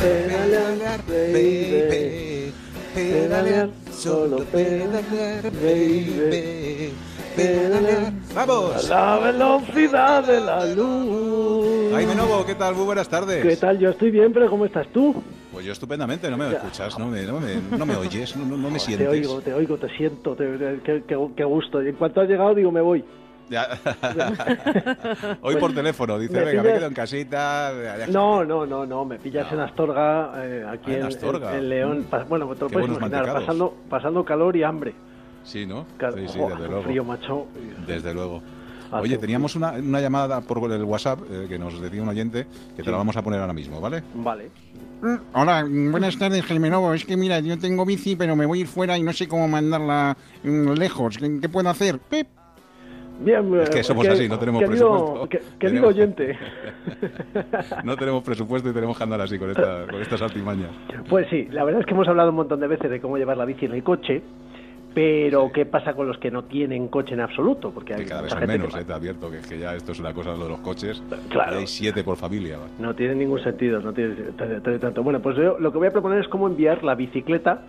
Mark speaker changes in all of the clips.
Speaker 1: pedalear, baby. Pedalear, solo pedalear, baby. Pedalear,
Speaker 2: A
Speaker 1: vamos.
Speaker 2: Pues la velocidad de la luz.
Speaker 1: Jaime Novo, ¿qué tal? Muy buenas tardes.
Speaker 2: ¿Qué tal? Yo estoy bien, pero ¿cómo estás tú?
Speaker 1: Pues yo estupendamente, no me escuchas, no me, no me, no me oyes, no, no- no me sientes.
Speaker 2: Te oigo, te oigo, te siento, te- te- qué, qué- qué gusto. Y en cuanto has llegado, digo, me voy.
Speaker 1: Ya. Hoy por teléfono, dice,
Speaker 2: Pues, me
Speaker 1: venga, me
Speaker 2: pillas-
Speaker 1: quedo en casita. ya-
Speaker 2: No, no, no, no, me pillas en Astorga, eh, aquí
Speaker 1: Ah, en
Speaker 2: en,
Speaker 1: Astorga.
Speaker 2: en- en León.
Speaker 1: Mm.
Speaker 2: Pa- Bueno, te lo
Speaker 1: Qué
Speaker 2: puedes
Speaker 1: buenos
Speaker 2: imaginar,
Speaker 1: mantecados.
Speaker 2: pasando, pasando calor y hambre.
Speaker 1: Sí, ¿no?
Speaker 2: Cal-
Speaker 1: Sí, sí,
Speaker 2: jo,
Speaker 1: desde
Speaker 2: hace
Speaker 1: luego.
Speaker 2: frío, macho.
Speaker 1: Desde luego.
Speaker 2: Hace
Speaker 1: Oye,
Speaker 2: un
Speaker 1: teníamos una, una llamada por el WhatsApp eh, que nos decía un oyente que te la vamos a poner ahora mismo, ¿vale?
Speaker 2: Vale.
Speaker 3: Hola, buenas tardes, Jaime Novo. Es que mira, yo tengo bici, pero me voy a ir fuera y no sé cómo mandarla mm, lejos. ¿Qué, qué puedo hacer? Pip.
Speaker 2: Bien,
Speaker 1: Es que
Speaker 2: eh,
Speaker 1: somos así, no tenemos
Speaker 2: querido,
Speaker 1: presupuesto.
Speaker 2: que- Querido
Speaker 1: Tenemos-
Speaker 2: oyente.
Speaker 1: No tenemos presupuesto y tenemos que andar así con, esta- con estas altimañas.
Speaker 2: Pues sí, la verdad es que hemos hablado un montón de veces de cómo llevar la bici en el coche, pero ¿qué pasa con los que no tienen coche en absoluto? Porque hay
Speaker 1: Que cada vez
Speaker 2: mucha
Speaker 1: son
Speaker 2: gente
Speaker 1: menos,
Speaker 2: que
Speaker 1: eh, te advierto, que es que ya esto es una cosa lo de los coches.
Speaker 2: Claro.
Speaker 1: y Hay siete por familia. va.
Speaker 2: no tiene ningún sentido, no tiene, tiene- tiene tanto. Bueno, pues yo lo que voy a proponer es cómo enviar la bicicleta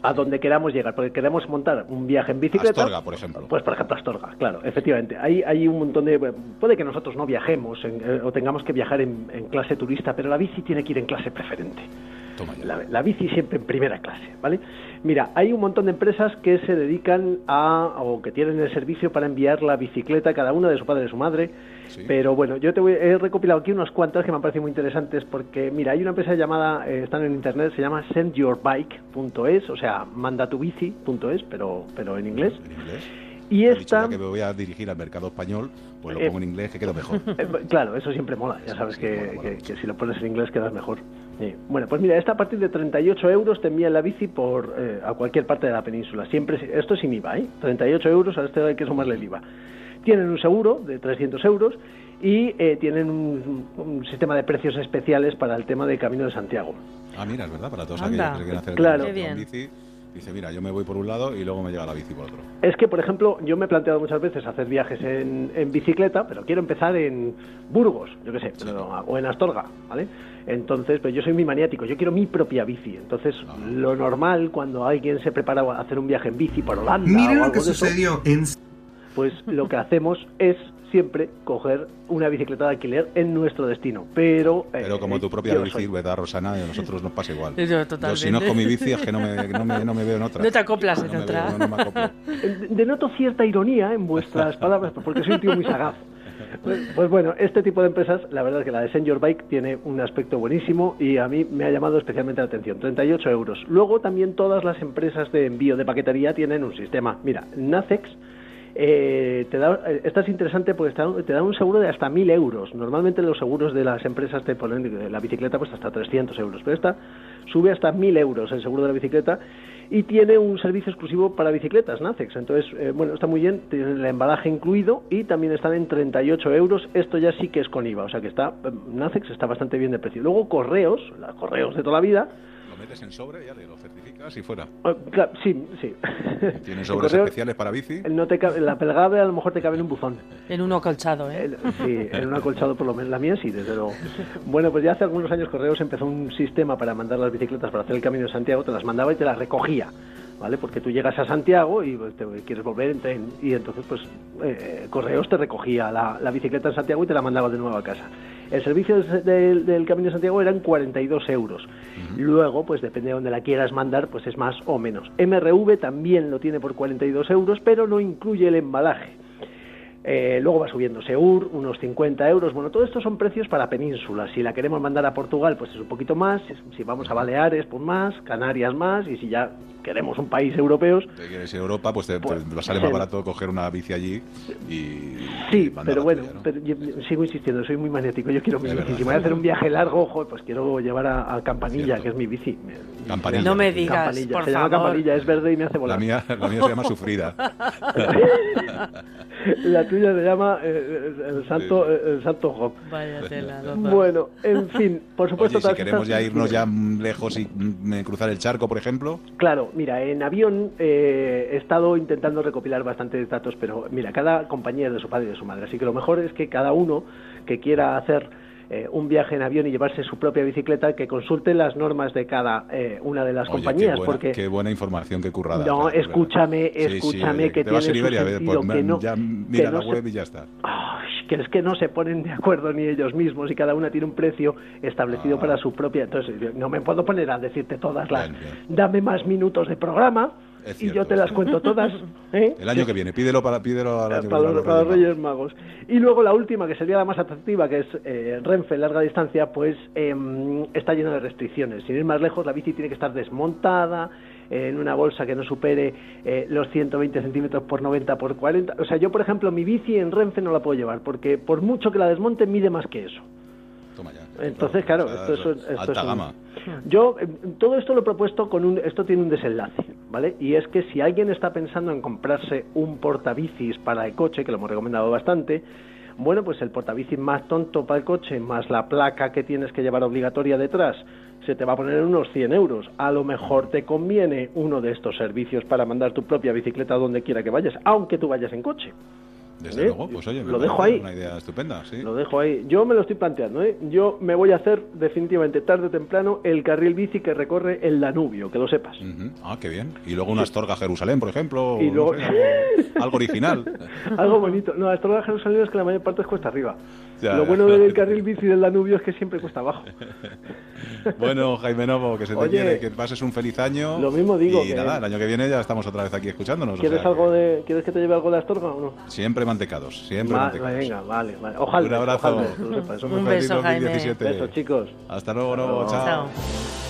Speaker 2: a donde queramos llegar, porque queremos montar un viaje en bicicleta.
Speaker 1: Astorga, por ejemplo.
Speaker 2: Pues por ejemplo Astorga, claro, efectivamente. Hay, hay un montón de... Puede que nosotros no viajemos en- eh, o tengamos que viajar en- en clase turista, pero la bici tiene que ir en clase preferente.
Speaker 1: Toma ya.
Speaker 2: La, la bici siempre en primera clase, ¿vale? Mira, hay un montón de empresas que se dedican a o que tienen el servicio para enviar la bicicleta cada una de su padre y su madre.
Speaker 1: Sí.
Speaker 2: Pero bueno, yo te voy, he recopilado aquí unas cuantas que me han parecido muy interesantes porque, mira, hay una empresa llamada, eh, están en internet, se llama sendyourbike.es, o sea, mandatubici.es, pero, pero en inglés.
Speaker 1: En inglés.
Speaker 2: Y
Speaker 1: He dicho
Speaker 2: esta...
Speaker 1: ya que me voy a dirigir al mercado español, pues lo
Speaker 2: Eh,
Speaker 1: pongo en inglés que quedo mejor.
Speaker 2: Eh, Claro, eso siempre mola. Ya
Speaker 1: Eso
Speaker 2: sabes
Speaker 1: sí,
Speaker 2: que,
Speaker 1: mola, mola
Speaker 2: que-
Speaker 1: mucho.
Speaker 2: que si lo pones en inglés quedas mejor. Sí. Bueno, pues mira, esta a partir de 38 euros te envían la bici por eh, a cualquier parte de la península. Siempre, si- esto es sin IVA, ¿eh? 38 euros, a este hay que sumarle el IVA. Tienen un seguro de 300 euros y eh, tienen un, un sistema de precios especiales para el tema de Camino de Santiago.
Speaker 1: Ah, mira, es verdad, para todos
Speaker 4: Anda.
Speaker 1: aquellos que se quieren hacer el
Speaker 2: Claro.
Speaker 1: trayecto
Speaker 4: Qué
Speaker 1: en bici. Dice, mira, yo me voy por un lado y luego me llega la bici por otro.
Speaker 2: Es que, por ejemplo, yo me he planteado muchas veces hacer viajes en, en bicicleta, pero quiero empezar en Burgos, yo qué sé, pero- o en Astorga, ¿vale? Entonces, pero yo soy muy maniático, yo quiero mi propia bici. Entonces,
Speaker 1: Ah.
Speaker 2: lo normal cuando alguien se prepara a hacer un viaje en bici por Holanda o
Speaker 5: Miren
Speaker 2: algo
Speaker 5: lo que
Speaker 2: de eso,
Speaker 5: sucedió en
Speaker 2: pues lo que hacemos es siempre coger una bicicleta de alquiler en nuestro destino. Pero, eh,
Speaker 1: Pero como tu propia
Speaker 2: yo
Speaker 1: bici,
Speaker 2: soy-
Speaker 1: ¿verdad, Rosana? A nosotros nos pasa igual.
Speaker 4: Yo
Speaker 1: si no es
Speaker 4: totalmente.
Speaker 1: con mi bici es que no me, no me, no me veo en otra.
Speaker 4: No te acoplas
Speaker 1: No
Speaker 4: en
Speaker 1: me
Speaker 4: otra.
Speaker 1: veo, no me acoplo.
Speaker 2: Eh, Denoto cierta ironía en vuestras palabras, porque soy un tío muy sagaz. Pues, pues bueno, este tipo de empresas, la verdad es que la de Send Your Bike tiene un aspecto buenísimo y a mí me ha llamado especialmente la atención, 38 euros. Luego también todas las empresas de envío de paquetería tienen un sistema. Mira, Nacex, eh, te da, eh, esta es interesante porque te da, te da un seguro de hasta 1.000 euros. Normalmente los seguros de las empresas te ponen eh, la bicicleta pues hasta 300 euros, pero esta sube hasta 1.000 euros el seguro de la bicicleta y tiene un servicio exclusivo para bicicletas, Nacex. Entonces, eh, bueno, está muy bien, tiene el embalaje incluido y también están en 38 euros. Esto ya sí que es con IVA, o sea que está eh, Nacex está bastante bien de precio. Luego correos, los correos de toda la vida.
Speaker 1: Lo metes en sobre, ya le lo certificas y fuera.
Speaker 2: eh, claro, sí, sí.
Speaker 1: Tienen sobres
Speaker 2: Correos,
Speaker 1: especiales para bici.
Speaker 2: No te cabe- la pelgada a lo mejor te cabe en un buzón.
Speaker 4: En uno colchado, ¿eh?
Speaker 2: El- Sí, en un acolchado por lo menos. La mía sí, desde luego. Bueno, pues ya hace algunos años Correos empezó un sistema para mandar las bicicletas para hacer el Camino de Santiago, te las mandaba y te las recogía, ¿vale? Porque tú llegas a Santiago y pues, te quieres volver en tren y entonces pues eh, Correos te recogía la, la bicicleta en Santiago y te la mandaba de nuevo a casa. El servicio de- del, del Camino de Santiago eran 42 euros. Luego, pues depende de donde la quieras mandar, pues es más o menos. MRV también lo tiene por 42 euros, pero no incluye el embalaje. Eh, luego va subiendo Seur, unos 50 euros. Bueno, todo esto son precios para penínsulas. Si la queremos mandar a Portugal, pues es un poquito más. Si vamos a Baleares, pues más. Canarias, más. Y si ya queremos un país europeo,
Speaker 1: Te quieres ir a Europa, pues te,
Speaker 2: Pues,
Speaker 1: te va a salir más
Speaker 2: sí.
Speaker 1: barato coger una bici allí y. y
Speaker 2: sí,
Speaker 1: mandar
Speaker 2: pero
Speaker 1: la
Speaker 2: bueno,
Speaker 1: tuya, ¿no?
Speaker 2: pero yo- yo sigo insistiendo, soy muy magnético. Yo quiero mi
Speaker 1: Es
Speaker 2: bici.
Speaker 1: verdad.
Speaker 2: Si voy a hacer un viaje largo, ojo, pues quiero llevar a, a Campanilla,
Speaker 1: Cierto.
Speaker 2: que es mi bici.
Speaker 1: Campanilla.
Speaker 4: No me
Speaker 1: la tuya.
Speaker 4: digas,
Speaker 2: Campanilla,
Speaker 4: por
Speaker 2: se llama
Speaker 4: favor.
Speaker 2: Campanilla, es verde y me hace
Speaker 1: La
Speaker 2: volar.
Speaker 1: mía, la mía se llama sufrida.
Speaker 2: La tuya se llama eh, el, el Santo,
Speaker 1: Sí,
Speaker 2: el Santo Job.
Speaker 4: Vaya tela, doctor.
Speaker 2: Bueno, en fin, por
Speaker 1: Oye,
Speaker 2: supuesto.
Speaker 1: y si
Speaker 2: todas
Speaker 1: queremos
Speaker 2: estas-
Speaker 1: ya irnos ya mm, lejos y mm, eh, cruzar el charco, por ejemplo,
Speaker 2: Claro, mira, en avión eh, he estado intentando recopilar bastantes datos, pero mira, cada compañía es de su padre y de su madre, así que lo mejor es que cada uno que quiera hacer eh, un viaje en avión y llevarse su propia bicicleta, que consulte las normas de cada eh, una de las
Speaker 1: Oye,
Speaker 2: compañías,
Speaker 1: qué buena,
Speaker 2: porque
Speaker 1: qué buena información, qué currada.
Speaker 2: No,
Speaker 1: Francis,
Speaker 2: escúchame,
Speaker 1: ¿verdad? Sí, sí,
Speaker 2: escúchame
Speaker 1: oye,
Speaker 2: que
Speaker 1: te va a
Speaker 2: tiene
Speaker 1: ser
Speaker 2: su
Speaker 1: Iberia, a ver,
Speaker 2: sentido,
Speaker 1: pues,
Speaker 2: que
Speaker 1: mm,
Speaker 2: no-
Speaker 1: ya
Speaker 2: que
Speaker 1: mira
Speaker 2: no
Speaker 1: la
Speaker 2: se-
Speaker 1: web y ya está.
Speaker 2: Ay, que es que no se ponen de acuerdo ni ellos mismos y cada una tiene un precio establecido
Speaker 1: Ah.
Speaker 2: para su propia. Entonces, yo no me puedo poner a decirte todas las.
Speaker 1: Bien, bien.
Speaker 2: Dame más minutos de programa
Speaker 1: Es
Speaker 2: y yo
Speaker 1: cierto.
Speaker 2: te las cuento todas. ¿eh?
Speaker 1: El año que viene, pídelo para pídelo al
Speaker 2: Para,
Speaker 1: año que
Speaker 2: los,
Speaker 1: viene,
Speaker 2: para los
Speaker 1: Reyes
Speaker 2: Reyes Magos. Y luego la última, que sería la más atractiva, que es eh, Renfe, larga distancia, pues em, está llena de restricciones. Sin ir más lejos, la bici tiene que estar desmontada eh, en una bolsa que no supere eh, los 120 centímetros por 90 por 40. O sea, yo, por ejemplo, mi bici en Renfe no la puedo llevar, porque por mucho que la desmonte, mide más que eso.
Speaker 1: Magos. Toma ya.
Speaker 2: Entonces, claro,
Speaker 1: o sea,
Speaker 2: esto es, un- esto
Speaker 1: alta
Speaker 2: es un-
Speaker 1: gama.
Speaker 2: Yo eh, todo esto lo he propuesto con un esto tiene un desenlace, ¿vale? Y es que si alguien está pensando en comprarse un portabicis para el coche, que lo hemos recomendado bastante, bueno, pues el portabicis más tonto para el coche más la placa que tienes que llevar obligatoria detrás se te va a poner en unos 100 euros. A lo mejor te conviene uno de estos servicios para mandar tu propia bicicleta donde quiera que vayas, aunque tú vayas en coche.
Speaker 1: Desde
Speaker 2: ¿Eh?
Speaker 1: luego, pues oye, me
Speaker 2: Lo dejo
Speaker 1: parece
Speaker 2: ahí.
Speaker 1: Una idea estupenda, sí.
Speaker 2: Lo dejo ahí. Yo me lo estoy planteando, ¿eh? Yo me voy a hacer definitivamente tarde o temprano el carril bici que recorre el Danubio, que lo sepas.
Speaker 1: Ujú. Ah, qué bien. Y luego una Astorga Jerusalén, por ejemplo. o
Speaker 2: Y
Speaker 1: no
Speaker 2: luego-
Speaker 1: sé, algo, algo original.
Speaker 2: Algo bonito. No, esto de Jerusalén es que la mayor parte es cuesta arriba.
Speaker 1: Ya,
Speaker 2: lo
Speaker 1: ya.
Speaker 2: bueno del carril bici del Danubio es que siempre cuesta abajo.
Speaker 1: Bueno, Jaime Novo, que se te
Speaker 2: Oye,
Speaker 1: quiere, que pases un feliz año.
Speaker 2: lo mismo digo,
Speaker 1: Y
Speaker 2: que-
Speaker 1: nada, el año que viene ya estamos otra vez aquí escuchándonos. o
Speaker 2: ¿Quieres
Speaker 1: sea que
Speaker 2: algo de quieres que te lleve algo de Astorga o no?
Speaker 1: Siempre mantecados, siempre
Speaker 2: Ma-
Speaker 1: mantecados.
Speaker 2: venga, pues, vale, vale. Ojalá.
Speaker 1: Un abrazo.
Speaker 2: ojalá, que lo sepas, eso me
Speaker 4: Un
Speaker 2: parece.
Speaker 1: Feliz
Speaker 4: beso, Jaime.
Speaker 1: 2017.
Speaker 2: Besos, chicos.
Speaker 1: Hasta luego, Novo,
Speaker 2: luego.
Speaker 1: chao.
Speaker 4: Chao.